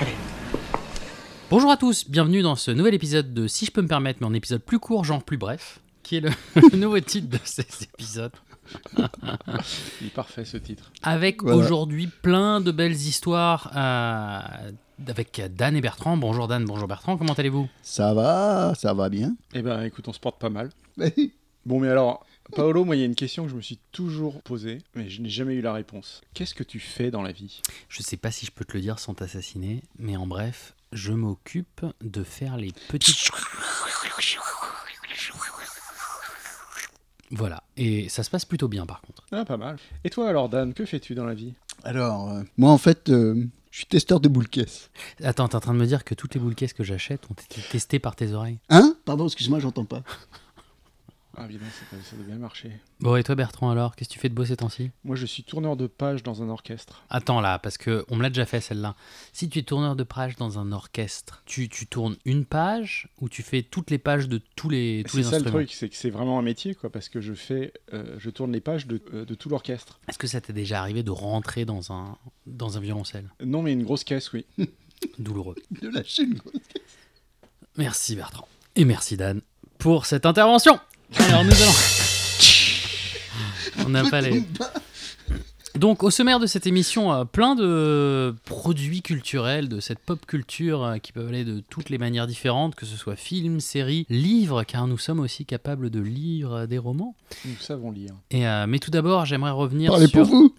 Allez. Bonjour à tous, bienvenue dans ce nouvel épisode de Si je peux me permettre, mais en épisode plus court, genre plus bref, qui est le, le nouveau titre de cet épisode. Il est parfait ce titre. Avec Voilà. aujourd'hui plein de belles histoires euh, avec Dan et Bertrand. Bonjour Dan, bonjour Bertrand, comment allez-vous Ça va, ça va bien. Eh ben écoute, on se porte pas mal. Bon, mais alors, Paolo, moi il y a une question que je me suis toujours posée, mais je n'ai jamais eu la réponse. Qu'est-ce que tu fais dans la vie Je sais pas si je peux te le dire sans t'assassiner, mais en bref, je m'occupe de faire les petites. Voilà, et ça se passe plutôt bien par contre. Ah, pas mal. Et toi alors, Dan, que fais-tu dans la vie Alors, euh, moi en fait, euh, je suis testeur de boules caisses. Attends, t'es en train de me dire que toutes les boules caisses que j'achète ont été testées par tes oreilles Hein Pardon, excuse-moi, j'entends pas. Ah, évidemment, ça, ça doit bien marcher. Bon, et toi Bertrand alors, qu'est-ce que tu fais de beau ces temps-ci Moi je suis tourneur de page dans un orchestre. Attends là, parce que on me l'a déjà fait celle-là. Si tu es tourneur de page dans un orchestre, tu, tu tournes une page ou tu fais toutes les pages de tous les, tous C'est les ça le instruments truc, c'est que c'est vraiment un métier, quoi, parce que je fais, euh, je tourne les pages de, euh, de tout l'orchestre. Est-ce que ça t'est déjà arrivé de rentrer dans un, dans un violoncelle Non, mais une grosse caisse, oui. Douloureux. De la Chine. quoi. Merci Bertrand. Et merci Dan pour cette intervention. Alors nous allons... On n'a pas les... Donc au sommaire de cette émission, euh, plein de produits culturels, de cette pop culture euh, qui peuvent aller de toutes les manières différentes, que ce soit films, séries, livres, car nous sommes aussi capables de lire euh, des romans. Nous savons lire. Et, euh, mais tout d'abord, j'aimerais revenir Parlez sur... pour vous.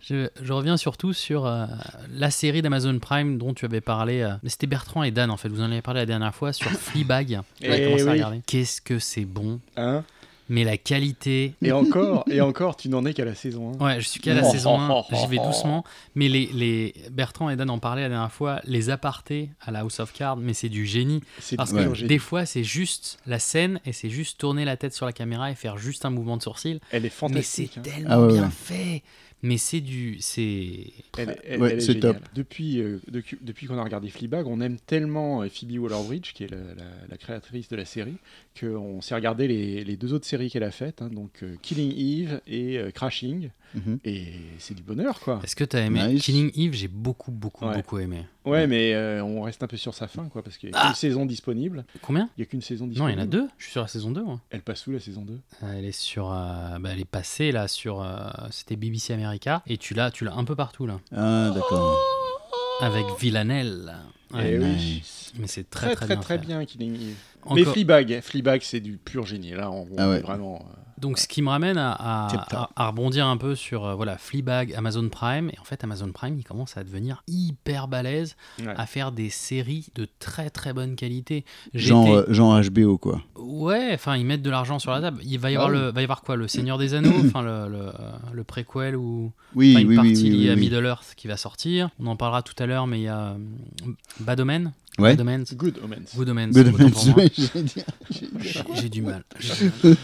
Je, je reviens surtout sur euh, la série d'Amazon Prime dont tu avais parlé. euh, mais C'était Bertrand et Dan en fait. Vous en avez parlé la dernière fois sur Fleabag. Vous avez Eh commencé à oui. regarder. Qu'est-ce que c'est bon. Hein Mais la qualité. Et encore, et encore, tu n'en es qu'à la saison 1. Ouais, je suis qu'à la Oh, saison oh, 1, oh, oh, j'y vais oh. doucement. Mais les, les- Bertrand et Dan en parlaient la dernière fois, les apartés à la House of Cards, mais c'est du génie. C'est Parce dur, que j'ai- des fois, c'est juste la scène et c'est juste tourner la tête sur la caméra et faire juste un mouvement de sourcil. Elle est Mais c'est fantastique. hein. tellement Ah ouais, bien ouais. fait. Mais c'est du. C'est. Elle, elle- Ouais, elle est c'est géniale. top. Depuis, euh, docu- depuis qu'on a regardé Fleabag, on aime tellement euh, Phoebe Waller-Bridge, qui est la, la- la créatrice de la série, qu'on s'est regardé les, les deux autres séries qu'elle a faites, hein, donc euh, Killing Eve et euh, Crashing, Mhm. et c'est du bonheur, quoi. Est-ce que t'as aimé Nice. Killing Eve J'ai beaucoup, beaucoup, Ouais. beaucoup aimé. Ouais, mais euh, on reste un peu sur sa fin, quoi, parce qu'il n'y a qu'une saison disponible. Combien Il n'y a qu'une saison Ah Non, disponible. il y en a deux. Je suis sur la saison 2. moi. Elle passe où la saison 2 Euh, Elle est sur. euh, bah, elle est passée là sur. euh, C'était BBC America. Et tu l'as, tu l'as un peu partout là. Ah, d'accord. Avec Villanelle. Ouais. Eh oui. Nice. Mais c'est très Très, très, très, bien. fait. bien, Killing Eve. Encore- Mais Fleabag, hein, Fleabag, c'est du pur génie. Là, on, on Ah ouais. est vraiment. euh, Donc ce qui me ramène à, à- Tip top. à- à rebondir un peu sur euh, voilà Fleabag, Amazon Prime. Et en fait Amazon Prime, il commence à devenir hyper balèze, ouais. à faire des séries de très très bonne qualité. Genre, J'étais- euh, genre HBO, quoi. Ouais, enfin, ils mettent de l'argent sur la table. Il va y avoir, Ah oui. le, va y avoir quoi Le Seigneur des Anneaux Enfin, le, le, euh, le préquel ou Oui, enfin, oui, une oui, partie oui, oui, liée à oui. Middle Earth qui va sortir. On en parlera tout à l'heure, mais il y a euh, Bad Omens. Ouais. Bad Omens. Good Omens. Good Omens. Good autant pour Omens, moi. ouais, j'ai dit- j'ai dit- J'ai j'ai du mal. J'ai du mal.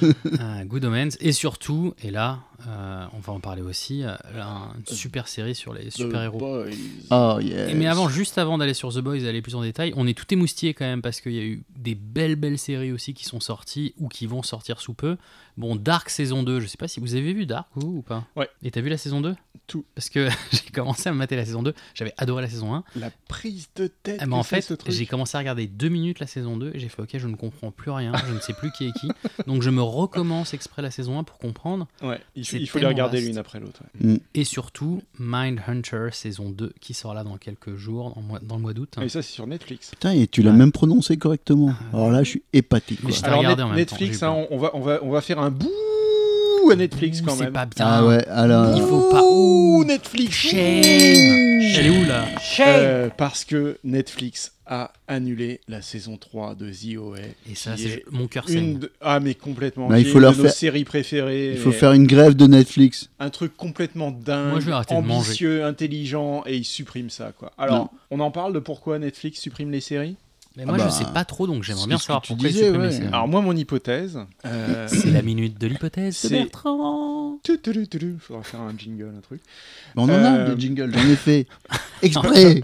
Euh, Good Omens. Et surtout, et là, euh, on va en parler aussi, euh, un- une super série sur les super-héros. Oh, yes. Et Mais avant, juste avant d'aller sur The Boys et d'aller plus en détail, on est tout émoustillé quand même parce qu'il y a eu des belles belles séries aussi qui sont sorties ou qui vont sortir sous peu. Bon, Dark saison 2, je sais pas si vous avez vu Dark vous ou pas Ouais. Et t'as vu la saison 2 Tout. Parce que j'ai commencé à me mater la saison 2, j'avais adoré la saison 1. La prise de tête. Ah, que mais en c'est, fait, ce truc. j'ai commencé à regarder deux minutes la saison 2 et j'ai fait ok, je ne comprends plus rien, je ne sais plus qui est qui. Donc je me recommence exprès la saison 1 pour comprendre. Ouais, il, C'est il faut les tellement regarder vaste. l'une après l'autre. ouais. Et surtout, Mindhunter saison 2 qui sort là dans quelques jours, dans le mois- dans le mois d'août. Et ça, c'est sur Netflix. Putain, et tu l'as Ouais. même prononcé correctement. Alors là, je suis épaté, Ah. Mais quoi. je- T'as Alors, regardé Net- en même temps, Netflix, j'ai eu hein, on, va, on, va, on va faire un bouh à Netflix quand C'est même. pas bien. Ah ouais, alors... Il faut pas. Ouh, Netflix Shame. Elle est où là Euh, Parce que Netflix a annulé la saison 3 de The OA. Et ça, qui c'est est mon cœur une saigne. de... Ah, mais complètement. Bah, il qui faut est leur une de nos faire- séries préférées. Il faut mais faire une grève de Netflix. un truc complètement dingue, Moi, je vais arrêter de manger. ambitieux, intelligent, et ils suppriment ça. Quoi. Alors, on en parle de pourquoi Netflix supprime les séries Mais moi, Ah bah, je sais pas trop, donc j'aimerais c'est bien ce que savoir tu pourquoi ils disais, suppriment les ouais. scènes. Alors moi, mon hypothèse. euh, C'est la minute de l'hypothèse de c'est- Bertrand. tu- tu- tu- tu- Faudra faire un jingle, un truc. Mais on en Euh, a des jingles, j'en ai fait. Exprès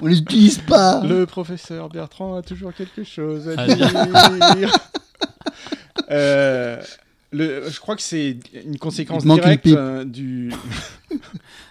On les utilise pas Le professeur Bertrand a toujours quelque chose à Ah, dire. Euh, le- je crois que c'est une conséquence Il te manque une directe pipe. euh, du.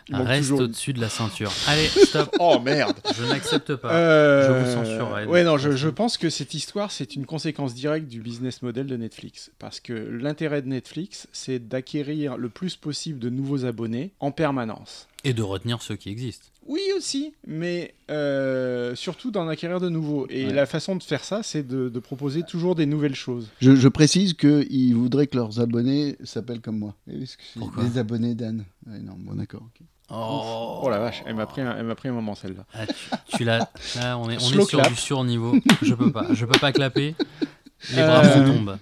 Il manque Reste toujours- au-dessus de la ceinture. Allez, stop. Oh merde Je n'accepte pas. Euh, Je vous censurerai. Ouais, non, je, je pense que cette histoire, c'est une conséquence directe du business model de Netflix. Parce que l'intérêt de Netflix, c'est d'acquérir le plus possible de nouveaux abonnés en permanence. Et de retenir ceux qui existent. Oui aussi, mais euh, surtout d'en acquérir de nouveaux. Et Ouais. la façon de faire ça, c'est de, de proposer toujours des nouvelles choses. je, je précise qu'ils voudraient que leurs abonnés s'appellent comme moi. Eh oui, parce que je suis Pourquoi Des abonnés d'Anne. Ouais, non, bon, d'accord. ok. Oh, Oh la vache, elle m'a pris, un- elle m'a pris un moment celle-là. Ah, tu, tu l'as. Là, on est, on Slow est sur clap. du surniveau. Je peux pas. Je peux pas clapper. Les Euh, bras me tombent.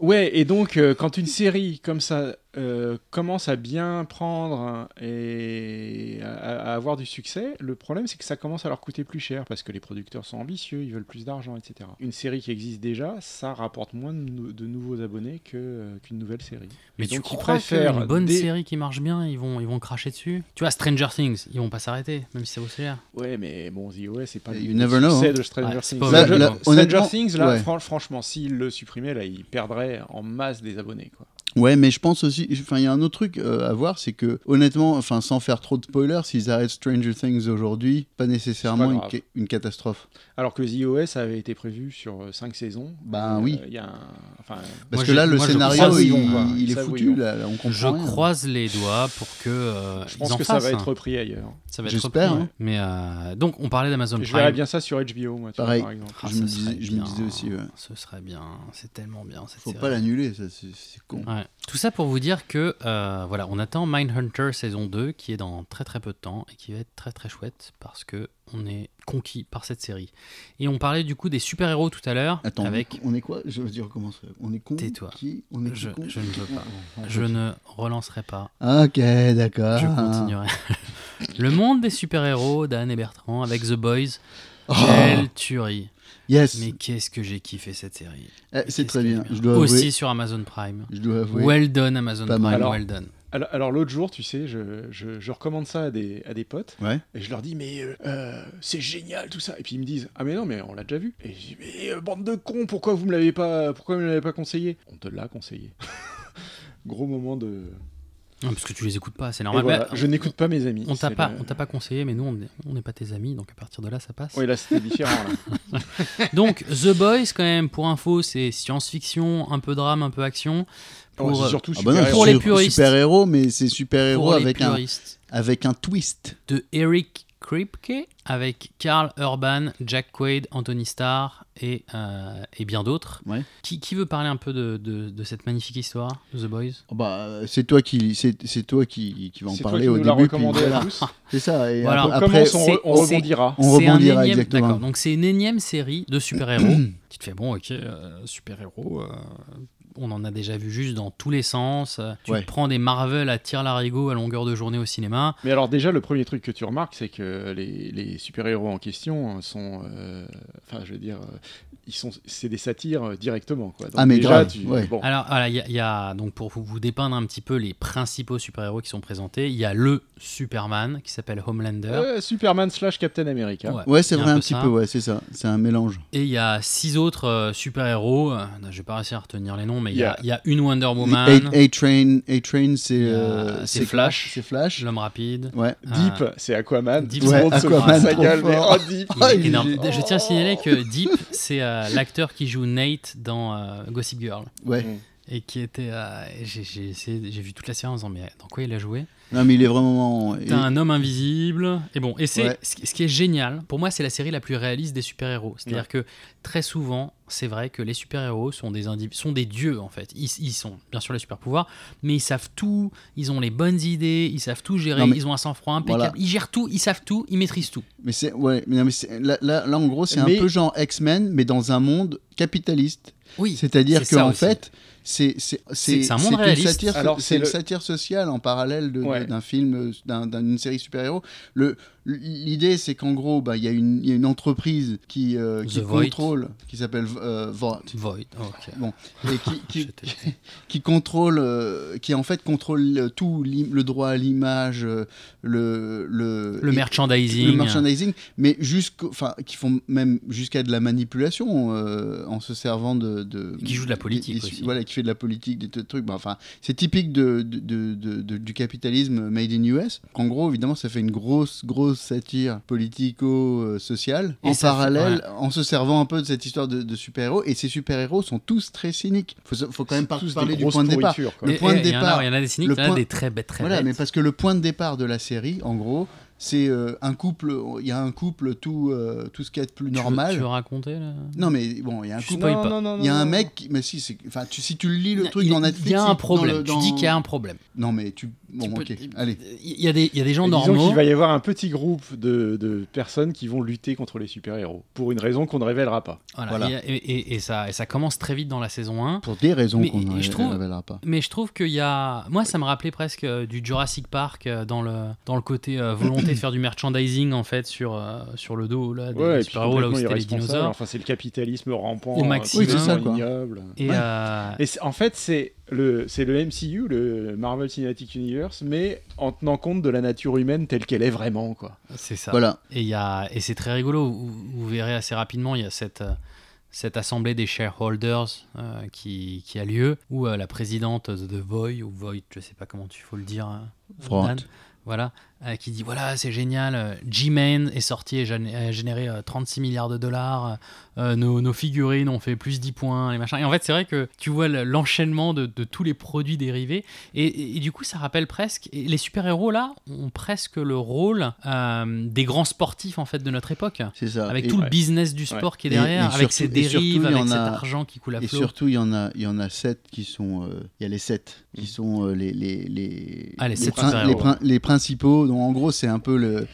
Ouais, et donc euh, quand une série comme ça euh, commence à bien prendre hein, et à, à avoir du succès, le problème c'est que ça commence à leur coûter plus cher parce que les producteurs sont ambitieux, ils veulent plus d'argent, etc. Une série qui existe déjà, ça rapporte moins de, nou- de nouveaux abonnés que, euh, qu'une nouvelle série. Mais Et tu donc, ils crois préfèrent qu'une bonne des- série qui marche bien, ils vont, ils vont cracher dessus Tu vois, Stranger Things, ils vont pas s'arrêter, même si ça vaut cher. Ouais, mais bon, The OS c'est pas You le never know, succès hein. de Stranger Ah, c'est Things. pas Stranger, vrai. Là, là, Stranger honnêtement, Things, là, ouais. fran- franchement, s'ils le supprimaient, là, ils perdraient en masse des abonnés, quoi. Ouais, mais je pense aussi, enfin, il y a un autre truc euh, à voir, c'est que honnêtement, enfin, sans faire trop de spoilers, s'ils arrêtent Stranger Things aujourd'hui, pas nécessairement C'est pas une, grave. ca- une catastrophe. Alors que The OS avait été prévu sur 5 saisons. Ben Euh, oui. Il y a un... enfin, Parce Moi, que je- là, le moi, je scénario, croise- il, Savouillon, quoi. il est Savouillon. foutu, là, là, on comprend Je rien. croise les doigts pour que. euh, je ils pense en que ça fassent, va être hein. repris ailleurs. Ça va être J'espère, repris, hein. Mais euh, donc, on parlait d'Amazon Je verrais Prime. bien ça sur HBO, moi, tu vois, Pareil. par exemple. Ah, Je ça me serait disais- je me bien. disais aussi, ouais. Ce serait bien. C'est tellement bien. Cette Faut série. pas l'annuler, ça, c'est c'est con. Ouais. Tout ça pour vous dire que euh, voilà, on attend Mindhunter saison 2 qui est dans très très peu de temps et qui va être très très chouette parce que on est conquis par cette série. Et on parlait du coup des super-héros tout à l'heure Attends, avec on est quoi Je veux dire, comment ça On est con Tais-toi. Qui On est qui Je- con je ne veux pas. Oh, je ne relancerai pas, Ok, d'accord. je continuerai. Le monde des super-héros d'Anne et Bertrand avec The Boys, Oh, quelle tuerie. yes, Mais qu'est-ce que j'ai kiffé cette série. Eh, c'est Qu'est-ce très qu'elle est bien. Je dois Aussi avouer. sur Amazon Prime. Je dois avouer. Well done Amazon Pas Prime, mal. Alors- well done. Alors, alors, l'autre jour, tu sais, je, je- je recommande ça à des, à des potes. Ouais. Et je leur dis, mais euh, euh, c'est génial tout ça. Et puis ils me disent, ah mais non, mais on l'a déjà vu. Et je dis, mais euh, bande de cons, pourquoi vous me l'avez pas, pourquoi vous me l'avez pas conseillé On te l'a conseillé. Gros moment de. Non, parce que tu les écoutes pas, c'est Et normal. voilà, Ah, Mais- bah, je n'écoute pas mes amis. On t'a C'est pas, le- on t'a pas conseillé, mais nous on est- on n'est pas tes amis, donc à partir de là ça passe. Oui, là c'était différent. là. Donc The Boys quand même, pour info, c'est science-fiction, un peu drame, un peu action. Pour, Ouais, c'est euh, surtout Ah bah non, super-héros. Pour les c'est puristes. super-héros, mais c'est pour super-héros les avec un, puristes. avec un twist. De Eric Kripke avec Carl Urban, Jack Quaid, Anthony Starr et, euh, et bien d'autres. Ouais. Qui, qui veut parler un peu de, de- de cette magnifique histoire, de The Boys Oh Bah, euh, c'est toi qui, c'est c'est toi qui, qui va en Ah C'est toi parler qui au nous l'a début. puis recommandé à voilà. tous. C'est ça. Et Voilà. ap- Comment après, on, c'est- re- on c'est- rebondira on C'est un rebondira énième- exactement. d'accord, donc c'est une énième série de super-héros. tu te fais, bon, ok, euh, super-héros, euh, on en a déjà vu juste dans tous les sens. euh, Tu Ouais. te prends des Marvel à tir larigot à longueur de journée au cinéma. Mais alors déjà, le premier truc que tu remarques, c'est que les, les super-héros en question sont, euh, enfin, je veux dire, euh, ils sont, c'est des satires euh, directement, quoi. Donc Ah, mais déjà, grave, tu- ouais. bon. Alors, voilà, il y a- il y, a, donc pour vous, vous dépeindre un petit peu les principaux super-héros qui sont présentés, il y a le Superman qui s'appelle Homelander. Euh, Superman slash Captain America. Ouais, c'est il y a vrai un, peu petit ça. peu. Ouais, c'est ça. C'est un mélange. Et il y a six autres euh, super-héros. euh, je vais pas réussir à retenir les noms, mais il y a- Yeah. il y, a une Wonder Woman, A- A-Train, A-Train, c'est euh, c'est Flash. C'est Flash. l'homme rapide. Ouais. Deep, c'est Aquaman. Ah. Deep, Ah, Tout le ouais, monde se fout de Aquaman, sa trop gueule, mais oh, fort. Deep. Il est Oh, énorme. il est- Je tiens à signaler que Deep, c'est euh, l'acteur qui joue Nate dans euh, Gossip Girl. Ouais. Et qui était. euh, j'ai, j'ai essayé- j'ai vu toute la série en me disant, mais dans quoi il a joué Non, mais il est vraiment. T'as un homme invisible. Et bon, et c'est Ouais. ce qui ce qui est génial. Pour moi, c'est la série la plus réaliste des super-héros. C'est-à-dire que très souvent, c'est vrai que les super-héros sont des individus, sont des dieux en fait. Ils, ils sont bien sûr les super-pouvoirs, mais ils savent tout. Ils ont les bonnes idées. Ils savent tout gérer. Non, mais- Ils ont un sang-froid impeccable. Voilà. Ils gèrent tout. Ils savent tout. Ils maîtrisent tout. Mais c'est ouais, mais non, mais c'est- là, là, là, en gros, c'est Mais- un peu genre X-Men, mais dans un monde capitaliste. Oui. C'est-à-dire c'est que ça en aussi. fait, c'est c'est C'est- c'est c'est un c'est monde une réaliste. satire- Alors, c'est C'est une le- satire sociale en parallèle de- de- Ouais. d'un film, euh, d'un- d'un- d'une série super-héros. Le L'idée, c'est qu'en gros, bah, il y, a une- il y a une entreprise qui, euh, qui The Void. contrôle, qui s'appelle euh, Void, Void, ok. Bon, et qui, qui- J'étais- qui- qui contrôle, euh, qui en fait contrôle euh, tout, l'im- le droit à l'image, euh, le le, Le et- merchandising. le merchandising, mais jusqu'au, enfin, qui font même jusqu'à de la manipulation euh, en se servant de, de Et qui joue de la politique aussi. voilà, qui fait de la politique, des t- trucs. Bah, enfin, c'est typique de, de- de- de- de- du capitalisme made in US. En gros, évidemment, ça fait une grosse, grosse satire politico-sociale Et en ça fait- parallèle, en se servant un peu de cette histoire de, de super-héros. Et ces super-héros sont tous très cyniques. Faut, faut quand même pas tous parler des du grosses point de départ. pourritures, quoi. Le Mais, point de eh, il y en a- départ- Il y en a des cyniques, le il y en a point- des très bêtes, très Voilà, bêtes. mais parce que le point de départ de la série, en gros, c'est euh, un couple. Il y a un couple tout, euh, tout ce qu'il y a de Tu plus veux- normal. Tu veux raconter là Non, mais bon, il y a un Tu couple. spoil Non, pas. non, non, Il y a non, un non. mec, qui- mais si, c'est- enfin, tu- si tu le lis le truc il, dans il Netflix, y a un dans problème. le- Tu dans- dis qu'il y a un problème. Non, mais tu, bon, Tu peux- ok, allez. Il y a des, il y a des gens Et disons normaux. qu'il va y avoir un petit groupe de, de personnes qui vont lutter contre les super-héros, pour une raison qu'on ne révélera pas. Voilà, Voilà. il y a- et, et- et ça, et ça commence très vite dans la saison 1. Pour des raisons Mais qu'on ne je ré- trouve- révélera pas. Mais je trouve qu'il y a. Moi, ça me rappelait presque euh, du Jurassic Park euh, dans le, dans le côté euh, volonté de faire du merchandising en fait sur, euh, sur le dos là, des Ouais, et puis super-héros là où complètement c'était les irresponsable. dinosaures. Enfin, c'est le capitalisme rampant, Au euh, maximum. Oui, c'est ça, quoi. ignoble. Et, Ouais. euh, Et c'est- en fait, c'est le, c'est le MCU, le Marvel Cinematic Universe, mais en tenant compte de la nature humaine telle qu'elle est vraiment, quoi. c'est ça. Voilà. Et, il y a, et c'est très rigolo. Vous, vous verrez assez rapidement, il y a cette, euh, cette assemblée des shareholders euh, qui, qui a lieu, où euh, la présidente de The Void, ou Void, je sais pas comment tu faut le dire, hein, Void. Dan, voilà, euh, qui dit voilà, c'est génial, euh, G-Man est sorti et gén- a généré euh, 36 milliards de dollars, euh, nos, nos figurines ont fait plus 10 points, et machin. Et en fait, c'est vrai que tu vois le- l'enchaînement de, de tous les produits dérivés, et, et- et du coup, ça rappelle presque. et les super-héros là ont presque le rôle euh, des grands sportifs en fait de notre époque. C'est ça. Avec et, tout le ouais. business du sport qui est Et- et derrière, avec surtout- ses et surtout, il dérives, y avec en cet a- argent qui coule à et flot. surtout, il y en a, il y en a sept qui sont, euh, il y a les sept qui sont euh, les les les, Mm. Ah, les sept prin- super-héros, les, prin- les principaux. Donc en gros, c'est un peu le,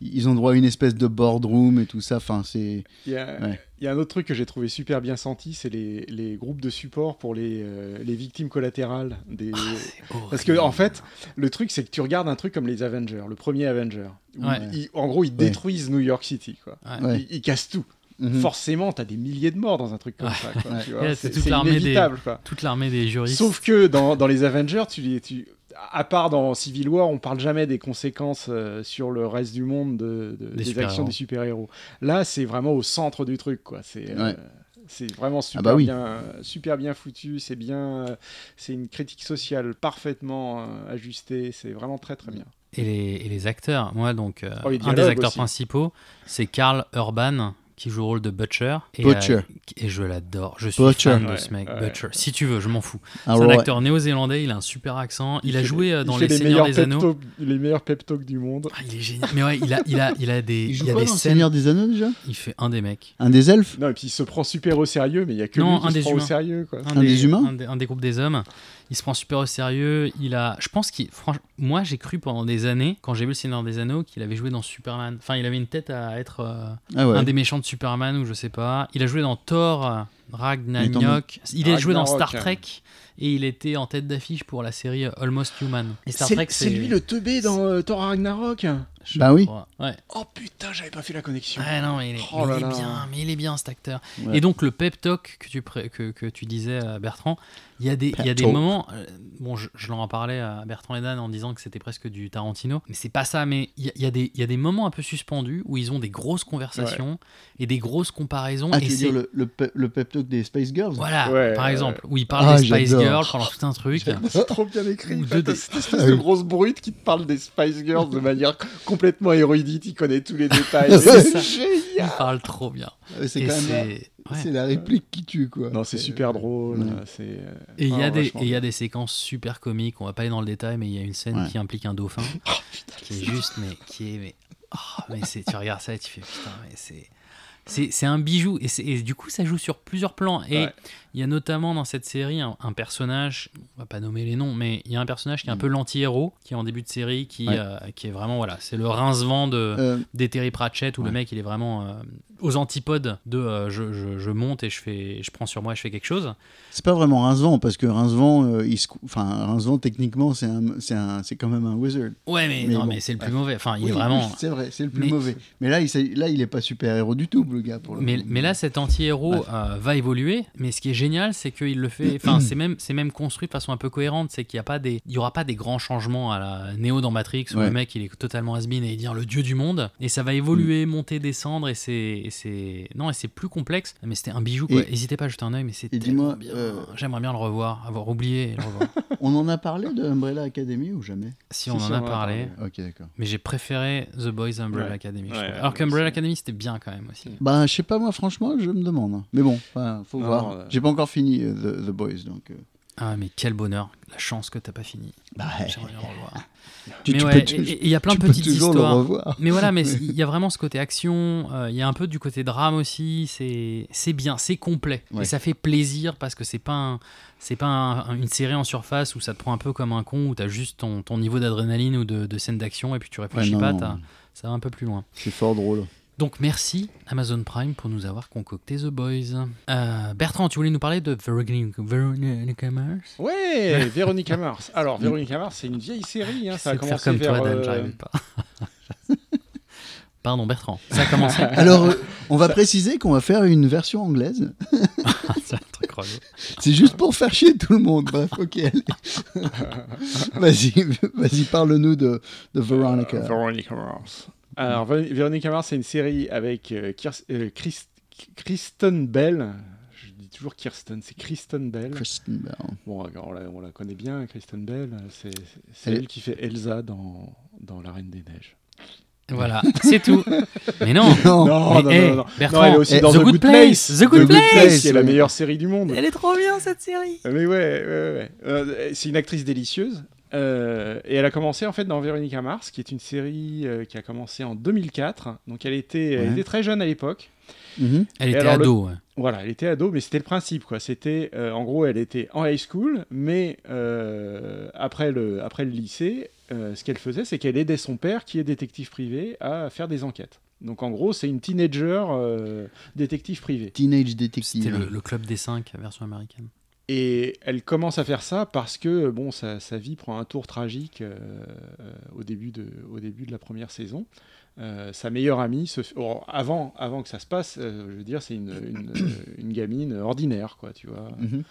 ils ont droit à une espèce de boardroom et tout ça. Enfin, c'est Il y a, Ouais. il y a un autre truc que j'ai trouvé super bien senti, c'est les, les groupes de support pour les, euh, les victimes collatérales. Des... Ah, Parce que, en fait, le truc, c'est que tu regardes un truc comme les Avengers, le premier Avenger. où Ouais. ils- en gros, ils détruisent New York City, quoi. Ouais. Ils, ils cassent tout. Mhm. Forcément, t'as des milliers de morts dans un truc comme ça. quoi, Ouais. tu vois. Ouais, c'est c'est toute c'est l'armée des- inévitable, quoi. toute l'armée des juristes. Sauf que dans, dans les Avengers, tu, les- tu, à part dans Civil War, on parle jamais des conséquences euh, sur le reste du monde de, de- Des des, super-héros. actions des super-héros. Là, c'est vraiment au centre du truc, quoi. C'est euh, Ouais. c'est vraiment super, bah oui. bien, super bien foutu. C'est bien, euh, c'est une critique sociale parfaitement euh, ajustée. C'est vraiment très très bien. Et les, et les acteurs, moi donc, euh, Oh, les un des dialogues acteurs aussi. principaux, c'est Carl Urban qui joue le rôle de Butcher. Et, euh, Butcher. et je l'adore, je suis Butcher. fan de Ouais, ce mec, ouais. Butcher. Si tu veux, je m'en fous. Ah c'est un ouais. acteur néo-zélandais, il a un super accent. Il, a fait joué des- euh, il dans fait Les Seigneurs des pep Anneaux. talks- les meilleurs pep talks du monde. Ah, il est génial. Mais ouais, il a, il a, il a des, Il il joue a quoi des dans le scènes. Seigneur des Anneaux déjà Il fait un des mecs. Un des elfes Non, et puis il se prend super au sérieux, mais il y a que Non, lui qui un se des prend humains. au sérieux, quoi. Un des humains un des, un des groupes des hommes. Il se prend super au sérieux. Il a, je pense qu'il, franchement, moi j'ai cru pendant des années, quand j'ai vu le Seigneur des Anneaux, qu'il avait joué dans Superman. Enfin, il avait une tête à être. euh, Ah ouais. un des méchants de Superman ou je sais pas. Il a joué dans Thor, euh, Il est en- Ragnarok. Il a joué dans Ragnarok, Star hein. Trek et il était en tête d'affiche pour la série euh, Almost Human. Et Star Trek, C'est c'est lui le teubé dans euh, Thor Ragnarok. je Bah oui. crois. Ouais. Oh putain, j'avais pas fait la connexion. Ouais, non, mais il est, Oh mais là il est là. bien, mais il est bien cet acteur. Ouais. Et donc le pep talk que tu, pré- que, que tu disais, euh, Bertrand, il y a des, il y a Pep des talk. moments, euh, bon, je, je leur en parlais à Bertrand et Dan en disant que c'était presque du Tarantino, mais c'est pas ça, mais il y, a- il y a des- il y a des moments un peu suspendus où ils ont des grosses conversations et des grosses comparaisons. Ah, et tu veux c'est dire le, le, pe- le pep talk des Space Girls Voilà, Ouais, par ouais, exemple, où il parle Ah, des Spice j'adore. Girls pendant tout un truc. C'est trop bien écrit. Ou T'as deux- cette espèce de grosse brute qui te parle des Spice Girls de manière complètement érudite. Il connaît tous les détails. C'est C'est ça. Il génial. parle trop bien. Euh, C'est Et quand même. c'est- la- ouais. C'est la réplique qui tue, quoi. Non, c'est super drôle. Ouais. C'est. euh, Et il y, a ah, des- vachement et il y a des séquences super comiques, on va pas aller dans le détail, mais il y a une scène Ouais. qui implique un dauphin, oh, qui est juste, mais qui est. Mais, oh, mais c'est- tu regardes ça et tu fais putain, mais c'est. C'est c'est un bijou. Et, c'est- et du coup, ça joue sur plusieurs plans. Et Ouais. il y a notamment dans cette série un, un personnage, on va pas nommer les noms, mais il y a un personnage qui est un peu l'anti-héros, qui est en début de série, qui, Mm. Ouais. euh, qui est vraiment, voilà, c'est le rince-vent de, Euh, des Terry Pratchett où Ouais. le mec il est vraiment euh, aux antipodes de euh, je, je- je monte et je fais je prends sur moi je fais quelque chose C'est pas vraiment Rincevent, parce que Rincevent, euh, il se cou- enfin, Rincevent, techniquement, c'est un- c'est un- c'est quand même un wizard. ouais mais, Mais non bon. mais c'est le plus mauvais enfin il Oui, est vraiment oui, C'est vrai, c'est le plus Mais- mauvais. Mais là, il, s'est- là, il est pas super-héros du tout, le gars, pour le mais, coup. mais là cet anti-héros Bref. euh, va évoluer mais ce qui est génial c'est qu'il le fait enfin c'est même c'est même construit de façon un peu cohérente c'est qu'il y a pas des il y aura pas des grands changements à la Neo dans Matrix où Ouais. le mec il est totalement has-been et il devient le dieu du monde et ça va Mm. évoluer monter descendre et c'est et c'est non et c'est plus complexe mais c'était un bijou quoi Et- n'hésitez pas à jeter un œil mais c'est et tellement dis-moi, bien. euh, j'aimerais bien le revoir avoir oublié et le revoir On en a parlé de Umbrella Academy ou jamais Si on Si, en si, a parlé, Ok, d'accord. mais j'ai préféré The Boys Umbrella Ouais. Academy. je Ouais, trouve. ouais, Alors ouais, qu'Umbrella c'est- Academy c'était bien quand même aussi. Bah, je sais pas, moi, franchement, je me demande. Mais bon, enfin, faut Non, voir. non, euh, J'ai pas encore fini euh, The, The Boys, donc. euh, Ah mais quel bonheur, la chance que t'as pas fini. Bah, J'aimerais bien le revoir. tu, mais tu ouais, peux, et- tu- et il y a plein tu de peux petites toujours le histoires. revoir. Mais voilà, mais il y a vraiment ce côté action, euh, il y a un peu du côté drame aussi, c'est c'est bien, c'est complet. Ouais. Et ça fait plaisir parce que c'est pas, un- c'est pas un- un- une série en surface où ça te prend un peu comme un con, où t'as juste ton, ton niveau d'adrénaline ou de, de scène d'action et puis tu Ouais, réfléchis non, pas, non, t'as- ça va un peu plus loin. C'est fort drôle. Donc merci Amazon Prime pour nous avoir concocté The Boys. Euh, Bertrand, tu voulais nous parler de Veronica, Veronica Mars Ouais, Véronica Mars. Alors, Véronica Mars, c'est une vieille série. hein, Ça a J'essaie Mm. de faire commencé comme vers. toi, Dan, euh, j'arrive pas. Pardon Bertrand, ça a commencé. Alors, euh, on va préciser qu'on va faire une version anglaise. C'est un truc relou. C'est juste pour faire chier tout le monde. Bref, ok. allez. vas-y, vas-y, parle-nous de, de Veronica. Euh, Veronica Mars. Alors, Vé- Veronica Mars, c'est une série avec euh, Kirs- euh, Chris- Kristen Bell. Je dis toujours Kirsten, c'est Kristen Bell. Kristen Bell. Bon, on la, on la connaît bien, Kristen Bell. euh, C'est c'est Elle est- elle qui fait Elsa dans, dans La Reine des Neiges. Voilà, c'est tout. Mais non. Non, Non, mais non, hey, non, non. Bertrand, Non, elle est aussi eh, dans The, Good Place. The Good The Good Place. Place, qui est la ouais. meilleure série du monde. Elle est trop bien cette série. Mais ouais, ouais, ouais. Euh, c'est une actrice délicieuse. Euh, et elle a commencé en fait dans Véronica Mars, qui est une série euh, qui a commencé en 2004. Donc elle était, elle Ouais. était très jeune à l'époque. Mhm. Elle Et était alors, le- ado. ouais. Voilà, elle était ado, mais c'était le principe, quoi. C'était, euh, en gros, elle était en high school, mais euh, après, le, après le lycée, euh, ce qu'elle faisait, c'est qu'elle aidait son père, qui est détective privé, à faire des enquêtes. Donc, en gros, c'est une teenager euh, détective privée. Teenage C'était le, Detective. le club des 5 version américaine. Et elle commence à faire ça parce que bon, sa, sa vie prend un tour tragique euh, euh, au, début de, au début de la première saison. Euh, sa meilleure amie, se f- or, avant, avant que ça se passe, euh, je veux dire, c'est une, une, euh, une gamine ordinaire, quoi, tu vois. Mhm.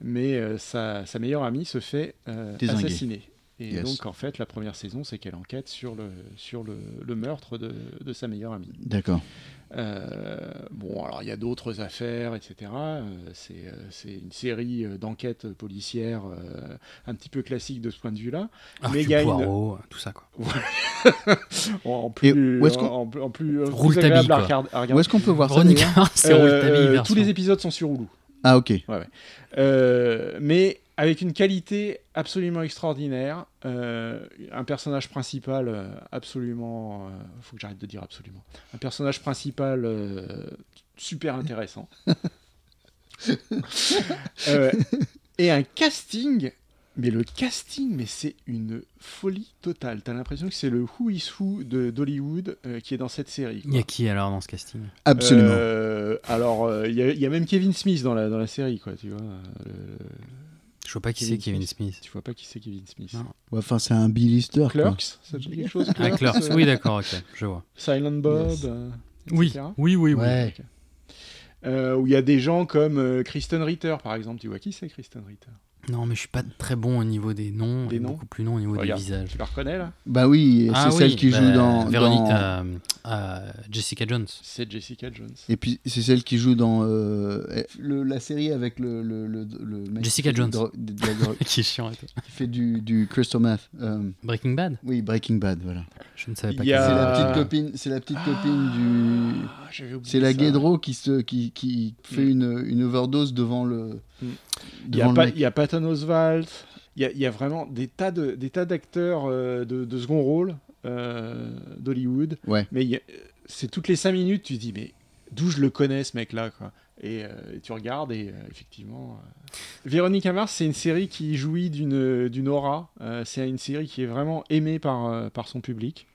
Mais euh, sa, sa meilleure amie se fait euh, Désinguer. assassiner. Et Yes. donc, en fait, la première saison, c'est qu'elle enquête sur le, sur le, le meurtre de, de sa meilleure amie. D'accord. Euh, bon, alors il y a d'autres affaires, etc. Euh, c'est, euh, c'est une série euh, d'enquêtes policières euh, un petit peu classique de ce point de vue-là. Ah, Mais il y a Hercule une- Poirot, euh, tout ça quoi. En, en plus, oh. où est-ce qu'on- en, en plus- en plus, en Roule plus ta bille, agréable à quoi. regard- à regarder. Où est-ce qu'on peut voir ça Veronica d'ailleurs Mars, c'est Euh, Roll Tabby, euh, version. tous les épisodes sont sur Hulu. Ah, ok. Euh, mais avec une qualité absolument extraordinaire, euh, un personnage principal euh, absolument, euh, faut que j'arrête de dire absolument, un personnage principal euh, super intéressant, Euh, et un casting. Mais le casting, mais c'est une folie totale. T'as l'impression que c'est le who is who de d'Hollywood euh, qui est dans cette série. Il y a qui alors dans ce casting Absolument. Euh, alors, euh, il y, a- il y a même Kevin Smith dans la, dans la série, quoi. Tu vois, euh, le- le- Je vois pas qui c'est Kevin Kevin Smith. Smith. tu vois pas qui c'est Kevin Smith. Non. Ouais, Enfin, c'est un Bill Easter. quoi. Clerks, ça te dit quelque chose Ah, Clerks, Clerks, euh, oui d'accord, ok, je vois. Silent Bob, Yes. euh, Oui, etc. oui, oui, oui. Ouais. Euh, où il y a des gens comme euh, Kristen Ritter, par exemple. Tu vois qui c'est Kristen Ritter Non, mais je suis pas très bon au niveau des noms, Des et noms beaucoup plus non au niveau Regarde. des visages. Tu la reconnais là Bah oui, c'est Ah celle oui, qui bah, joue dans. Véronique, dans- euh, euh, Jessica Jones. C'est Jessica Jones. Et puis c'est celle qui joue dans euh, le- la série avec le, le, le, le mec Jessica qui- Jones. dro- de- de la drogue, qui est chiant et tout. qui fait du, du crystal meth. Euh, Breaking Bad oui, Breaking Bad, voilà. Je ne savais pas Il y qu'elle C'est a- faisait la ça. petite copine, c'est la petite copine du. Ah, j'avais oublié C'est la ça. Guédro qui se qui, qui fait une, une overdose devant le. Mm. Il y, a Devant pas- le mec. il y a Patton Oswalt. Il y a, il y a vraiment des tas de des tas d'acteurs euh, de, de second rôle euh, d'Hollywood. Ouais. euh, Mais il y a- c'est toutes les cinq minutes, tu te dis mais d'où je le connais ce mec-là, quoi. Et, euh, et tu regardes et euh, effectivement, euh, Véronique Mars, c'est une série qui jouit d'une d'une aura. Euh, c'est une série qui est vraiment aimée par euh, par son public,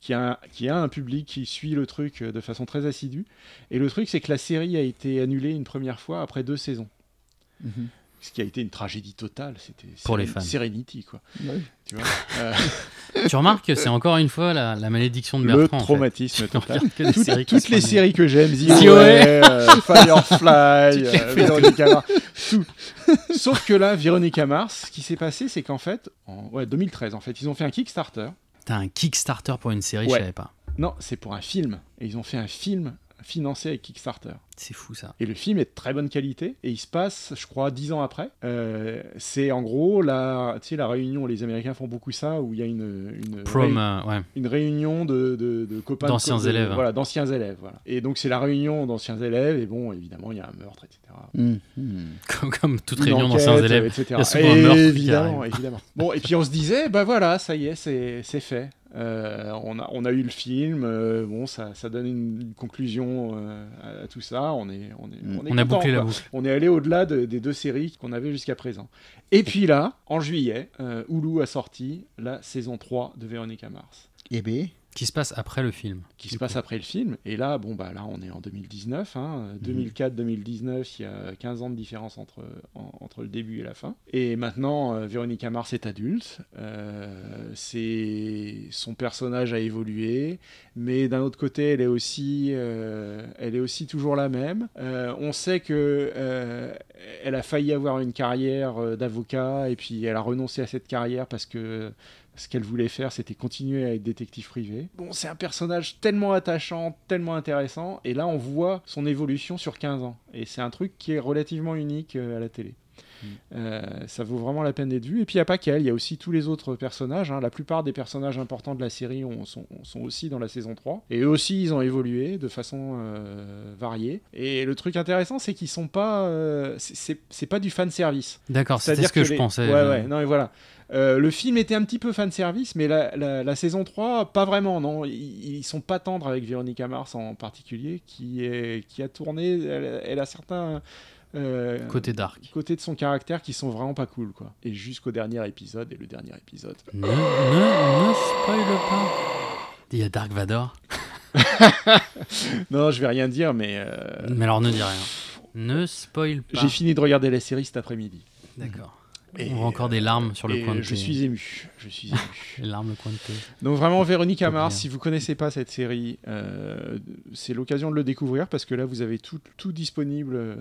qui a qui a un public qui suit le truc euh, de façon très assidue. Et le truc, c'est que la série a été annulée une première fois après deux saisons, Mhm. ce qui a été une tragédie totale. C'était Pour les Seren- fans. Serenity, quoi. Ouais. Tu vois Euh, Tu remarques que c'est encore une fois la, la malédiction de le Bertrand. en fait. traumatisme Tu total. regardes que des Toutes- séries qui toutes se les font séries que j'aime, The The OA, euh, Firefly, les euh, fais Véronica Mars, tout. Sauf que là, Véronica Mars, ce qui s'est passé, c'est qu'en fait, en ouais, 2013, en fait, ils ont fait un Kickstarter. T'as un Kickstarter pour une série, je Ouais. savais pas. Non, c'est pour un film. Et ils ont fait un film financé avec Kickstarter. C'est fou ça. Et le film est de très bonne qualité. Et il se passe, je crois, dix ans après. Euh, c'est en gros la, tu sais, la réunion. Les Américains font beaucoup ça, où il y a une, une Prom, euh, ouais. une réunion de, de, de copains. de- D'anciens de- élèves. Voilà, d'anciens élèves. voilà. Et donc, c'est la réunion d'anciens élèves, et bon, évidemment, il y a un meurtre, etc. Mhm. Mhm. Comme, comme toute Une réunion enquête, euh, d'anciens élèves. etc. il y a souvent un meurtre qui évidemment, arrive. évidemment. Bon, et puis on se disait, bah voilà, ça y est, c'est c'est fait. Euh, on, a, on a eu le film, euh, bon, ça, ça donne une, une conclusion euh, à, à tout ça. On est, on est, Mm. on est On a content, bouclé la quoi. boucle. On est allé au-delà de- des deux séries qu'on avait jusqu'à présent. Et puis là, en juillet, euh, Hulu a sorti la saison 3 de Véronica Mars Eh ben, Qui se passe après le film. qui se passe après le film. Et là, bon, bah là, on est en 2019. hein. 2004-2019, il y a 15 ans de différence entre, en- entre le début et la fin. Et maintenant, euh, Véronica Mars est adulte. Euh, c'est... Son personnage a évolué. Mais d'un autre côté, elle est aussi, euh, elle est aussi toujours la même. Euh, on sait que euh, elle a failli avoir une carrière euh, d'avocat et puis elle a renoncé à cette carrière parce que ce qu'elle voulait faire, c'était continuer à être détective privé. Bon, c'est un personnage tellement attachant, tellement intéressant, et là on voit son évolution sur 15 ans. Et c'est un truc qui est relativement unique euh, à la télé. Euh, ça vaut vraiment la peine d'être vu. Et puis il n'y a pas qu'elle, il y a aussi tous les autres personnages. hein. La plupart des personnages importants de la série ont- sont, sont aussi dans la saison 3. Et eux aussi, ils ont évolué de façon euh, variée. Et le truc intéressant, c'est qu'ils sont pas. euh, c'est- c'est c'est pas du fan service. D'accord, c'était C'est-à-dire ce que, je les- pensais. Ouais, euh, ouais, non, mais voilà. Euh, le film était un petit peu fan service, mais la, la- la saison 3, pas vraiment, non. Ils, ils sont pas tendres avec Véronica Mars en particulier, qui, est, qui a tourné. Elle, elle a certains. euh, Côté dark. côtés de son caractère qui sont vraiment pas cool quoi et jusqu'au dernier épisode et le dernier épisode Ne, ne, ne spoil pas. Il y a Dark Vador. non je vais rien dire mais euh, Mais alors ne dis rien. Ne spoil pas. j'ai fini de regarder la série cet après-midi D'accord. Et, Bah. euh, On voit encore des larmes sur le et coin de je tes- suis ému je suis ému Des larmes le coin de tes- Donc vraiment Véronique Faut Amar, bien. si vous connaissez pas cette série, euh, c'est l'occasion de le découvrir parce que là vous avez tout, tout disponible euh,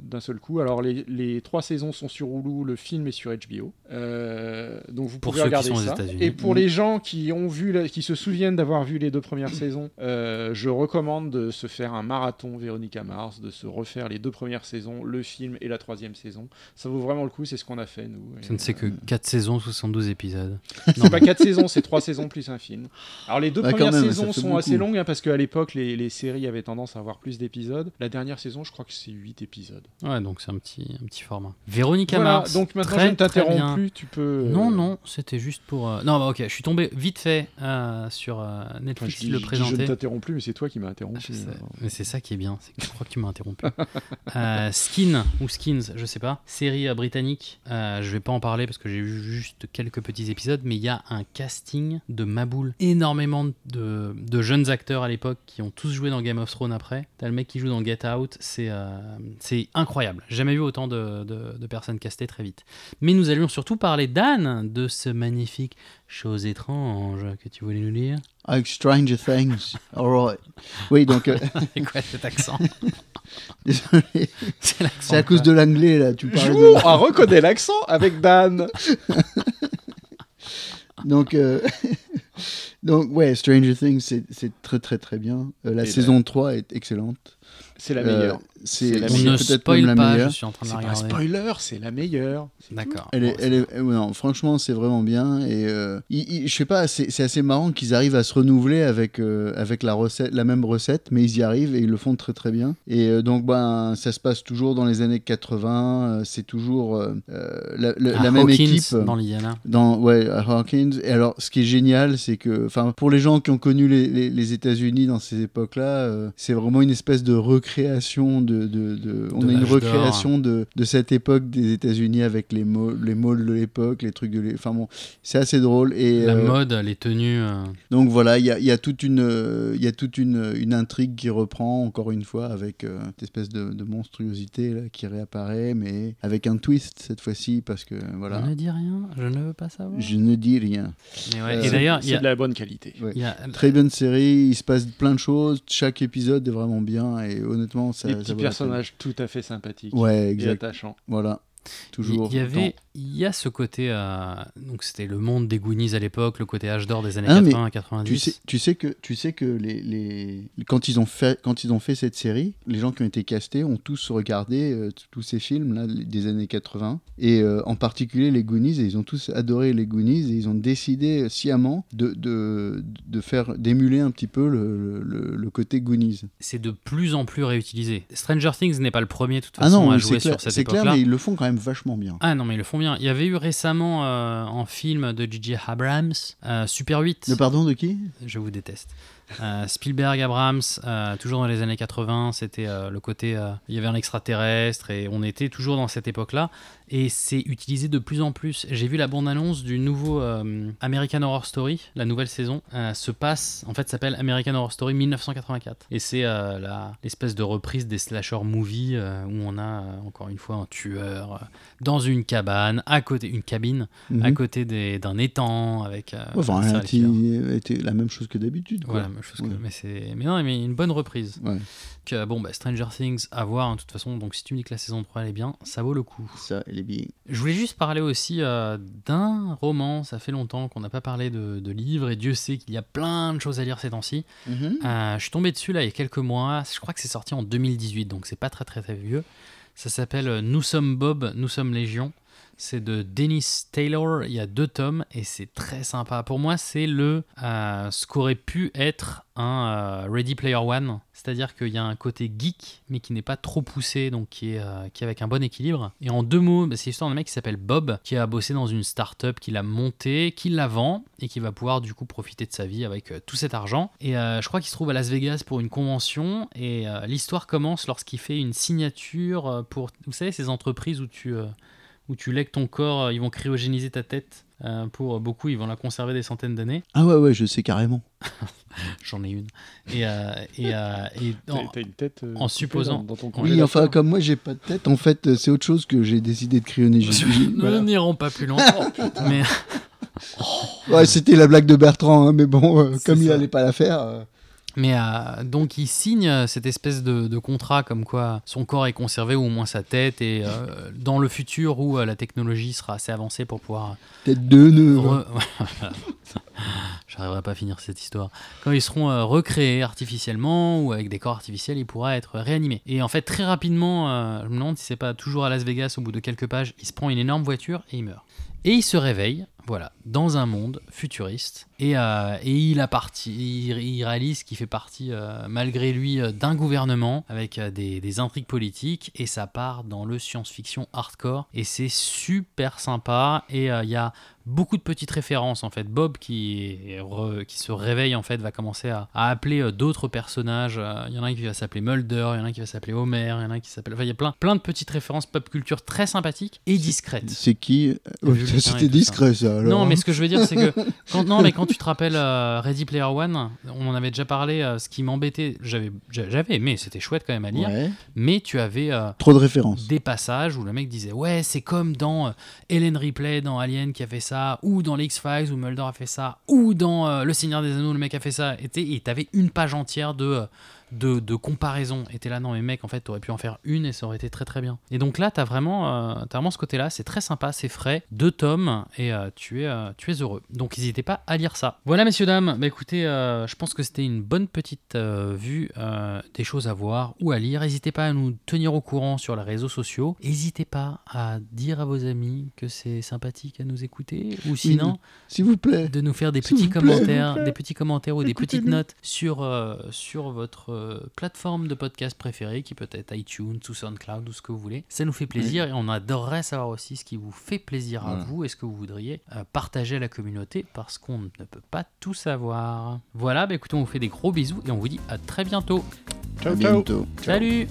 d'un seul coup. Alors les, les trois saisons sont sur Hulu, le film est sur HBO, Euh, donc vous Pour ceux pouvez qui regarder sont aux ça. États-Unis. Et pour Mm. les gens qui ont vu, la- qui se souviennent d'avoir vu les deux premières saisons, euh, je recommande de se faire un marathon Véronique Mars, de se refaire les deux premières saisons, le film et la troisième saison. Ça vaut vraiment le coup, c'est ce qu'on a fait nous. Ça ne Et, fait que 4 saisons, 72 épisodes. c'est pas quatre saisons, c'est trois saisons plus un film. Alors les deux Ouais, Bah, quand premières même, ça saisons fait sont beaucoup. assez longues hein, parce qu'à l'époque les, les séries avaient tendance à avoir plus d'épisodes. La dernière saison, je crois que c'est huit épisodes. Ouais, donc c'est un petit, un petit format. Véronique voilà, Mars. donc maintenant très, je ne très t'interromps bien. plus, tu peux. euh, Non, non, c'était juste pour. euh, Non, bah ok, je suis tombé vite fait euh, sur euh, enfin, Netflix, je, dis- le je dis je ne présenter. t'interromps plus, mais c'est toi qui m'as Ah, interrompu. euh. je sais. Mais c'est ça qui est bien, c'est que je crois que tu m'as interrompu. Euh, Skin ou Skins, je sais pas, série euh, britannique. Euh, je vais pas en parler parce que j'ai vu juste quelques petits épisodes, mais il y a un casting de Maboul. Énormément de, de jeunes acteurs à l'époque qui ont tous joué dans Game of Thrones après. T'as le mec qui joue dans Get Out, c'est euh, c'est incroyable. J'ai Jamais vu autant de, de- de personnes castées très vite. Mais nous allions surtout parler d'Anne, de ce magnifique chose étrange que tu voulais nous lire. avec Stranger Things. All right. Oui, donc, euh, C'est quoi cet accent désolé. C'est l'accent C'est à cause de l'anglais, là, tu parles. Jour à reconnaître l'accent avec Dan. Donc, euh, donc, ouais, Stranger Things, c'est c'est très, très, très bien. Euh, la Et saison 3 est excellente. C'est la Euh, meilleure. C'est c'est la c'est On ne meilleure, peut-être même spoil la pas, je meilleure. suis en train de C'est la pas un regarder. spoiler, c'est la meilleure. D'accord. Elle est- Bon, elle est- elle- ouais, non, franchement, c'est vraiment bien. Et euh, il- il- je sais pas, c'est c'est assez marrant qu'ils arrivent à se renouveler avec, euh, avec la, recette, la même recette, mais ils y arrivent et ils le font très très bien. Et euh, donc, ben, ça se passe toujours dans les années 80. euh, c'est toujours euh, euh, la, la- Ah, la même Hawkins équipe. dans l'Iliana. Dans, ouais, à Hawkins. Et alors, ce qui est génial, c'est que, enfin, pour les gens qui ont connu les, les- les États-Unis dans ces époques-là, euh, c'est vraiment une espèce de recréation de. de- de- on De a une l'âge d'or. recréation de, de cette époque des États-Unis avec les, mo- les malls de l'époque, les trucs de. l'é- Enfin bon, c'est assez drôle. Et, La euh, mode, les tenues. euh, donc voilà, il y a, il y a toute, une, euh, il y a toute une, une intrigue qui reprend encore une fois avec euh, cette espèce de, de monstruosité là, qui réapparaît, mais avec un twist cette fois-ci parce que voilà. Je ne dis rien, je ne veux pas savoir. Je ne dis rien. Mais ouais, Euh, et d'ailleurs, il y C'est a. de la bonne qualité. il y a- Très bonne série, il se passe plein de choses, chaque épisode est vraiment bien et honnêtement, ça. Des ça petits vaut la peine. personnages tout à fait sympathiques Ouais, et exact. attachants. Voilà. Toujours. Il y avait, autant. il y a ce côté, euh, donc c'était le monde des Goonies à l'époque, le côté âge d'or des années Ah, mais 80 90. Tu sais, tu sais que, tu sais que les, les- quand, ils ont fait, quand ils ont fait cette série, les gens qui ont été castés ont tous regardé euh, t- tous ces films là, les- des années 80 et euh, en particulier les Goonies et ils ont tous adoré les Goonies et ils ont décidé euh, sciemment de, de, de faire d'émuler un petit peu le, le- le côté Goonies. C'est de plus en plus réutilisé. Stranger Things n'est pas le premier de toute ah façon non, à mais jouer c'est clair, sur cette c'est clair, époque-là. mais ils le font quand même vachement bien. Ah non, mais ils le font bien. Il y avait eu récemment euh, en film de J.J. Abrams, euh, Super 8. Le pardon de qui Je vous déteste. Euh, Spielberg, Abrams, euh, toujours dans les années 80, c'était euh, le côté. euh, il y avait un extraterrestre et on était toujours dans cette époque-là. Et c'est utilisé de plus en plus. J'ai vu la bande-annonce du nouveau euh, American Horror Story, la nouvelle saison, euh, se passe, en fait, s'appelle American Horror Story 1984. Et c'est euh, la- l'espèce de reprise des slasher movies euh, où on a euh, encore une fois un tueur euh, dans une cabane, à côté, une cabine, à Mhm. côté des- d'un étang avec. euh, Ouais, Enfin, un elle serial killer. était la même chose que d'habitude. quoi. Voilà, même chose que- Ouais. mais c'est mais non mais une bonne reprise. Ouais. Que, bon bah Stranger Things à voir hein, de toute façon donc si tu me dis que la saison 3 elle est bien, ça vaut le coup. Ça, elle est bien. Je voulais juste parler aussi euh, d'un roman, ça fait longtemps qu'on n'a pas parlé de, de livres et Dieu sait qu'il y a plein de choses à lire ces temps-ci. Euh, je suis tombé dessus là il y a quelques mois, je crois que c'est sorti en 2018 donc c'est pas très très très vieux. Ça s'appelle euh, Nous sommes Bob, nous sommes Légion. C'est de Dennis Taylor, il y a deux tomes et c'est très sympa. Pour moi, c'est le euh, ce qu'aurait pu être un euh, Ready Player One, c'est-à-dire qu'il y a un côté geek mais qui n'est pas trop poussé, donc qui est, euh, qui est avec un bon équilibre. Et en deux mots, bah, c'est l'histoire d'un mec qui s'appelle Bob, qui a bossé dans une start-up, qui l'a montée, qui la vend et qui va pouvoir du coup profiter de sa vie avec euh, tout cet argent. Et euh, je crois qu'il se trouve à Las Vegas pour une convention et euh, l'histoire commence lorsqu'il fait une signature euh, pour, vous savez, ces entreprises où tu euh, où tu lègues ton corps, euh, ils vont cryogéniser ta tête. euh, pour beaucoup, ils vont la conserver des centaines d'années. Ah ouais, ouais, je sais carrément. J'en ai une. Et, euh, et, euh, et T'as non, t'as une tête euh, en coupée supposant- dans, dans ton Oui, congélateur. enfin, comme moi, j'ai pas de tête, en fait, euh, c'est autre chose que j'ai décidé de crayonner. nous n'irons pas plus loin. Oh, mais Ouais, c'était la blague de Bertrand, hein, mais bon, euh, C'est comme il ça. allait pas la faire. euh, mais euh, donc, il signe euh, cette espèce de, de contrat comme quoi son corps est conservé ou au moins sa tête. Et euh, dans le futur où euh, la technologie sera assez avancée pour pouvoir Tête de nœud. ouais. Re- J'arriverai pas à finir cette histoire. Quand ils seront euh, recréés artificiellement ou avec des corps artificiels, il pourra être réanimé. Et en fait, très rapidement, euh, je me demande si c'est pas toujours à Las Vegas, au bout de quelques pages, il se prend une énorme voiture et il meurt. Et il se réveille, voilà, dans un monde futuriste. Et, euh, et il, a parti, il, il réalise qu'il fait partie, euh, malgré lui, euh, d'un gouvernement avec euh, des, des intrigues politiques. Et ça part dans le science-fiction hardcore. Et c'est super sympa. Et euh, il y a beaucoup de petites références en fait. Bob qui, est re- qui se réveille en fait va commencer à, à appeler euh, d'autres personnages. Euh, Il y en a un qui va s'appeler Mulder, il y en a un qui va s'appeler Homer, il y en a un qui s'appelle. Enfin, il y a plein, plein de petites références pop culture très sympathiques et discrètes. C'est qui euh, Le ouais, vulcain ça, et tout C'était ça. discret, ça. alors, Non, mais hein. ce que je veux dire, c'est que quand, non, mais quand tu te rappelles euh, Ready Player One, on en avait déjà parlé. euh, ce qui m'embêtait, j'avais, j'a- j'avais aimé, c'était chouette quand même à lire. Ouais. Mais tu avais euh, Trop de références. des passages où le mec disait ouais c'est comme dans euh, Helen Ripley dans Alien qui a fait ça ou dans les X-Files où Mulder a fait ça ou dans euh, Le Seigneur des Anneaux le mec a fait ça et t'es- et t'avais une page entière de euh, de, de comparaison. Et t'es là, non, mais mec, en fait, t'aurais pu en faire une et ça aurait été très très bien. Et donc là, t'as vraiment, euh, t'as vraiment ce côté-là, c'est très sympa, c'est frais, deux tomes, et euh, tu, es, euh, tu es heureux. Donc n'hésitez pas à lire ça. Voilà, messieurs, dames, bah écoutez, euh, je pense que c'était une bonne petite euh, vue euh, des choses à voir ou à lire. N'hésitez pas à nous tenir au courant sur les réseaux sociaux. N'hésitez pas à dire à vos amis que c'est sympathique à nous écouter, ou sinon S'il vous plaît. de nous faire des S'il petits vous plaît, s'il vous commentaires, plaît. des petits commentaires ou des Écoutez-nous. petites notes sur, euh, sur votre euh, plateforme de podcast préférée, qui peut être iTunes ou SoundCloud ou ce que vous voulez. Ça nous fait plaisir et on adorerait savoir aussi ce qui vous fait plaisir à Voilà. vous et ce que vous voudriez euh, partager à la communauté parce qu'on ne peut pas tout savoir. Voilà, bah écoutez, on vous fait des gros bisous et on vous dit à très bientôt. À bientôt. Salut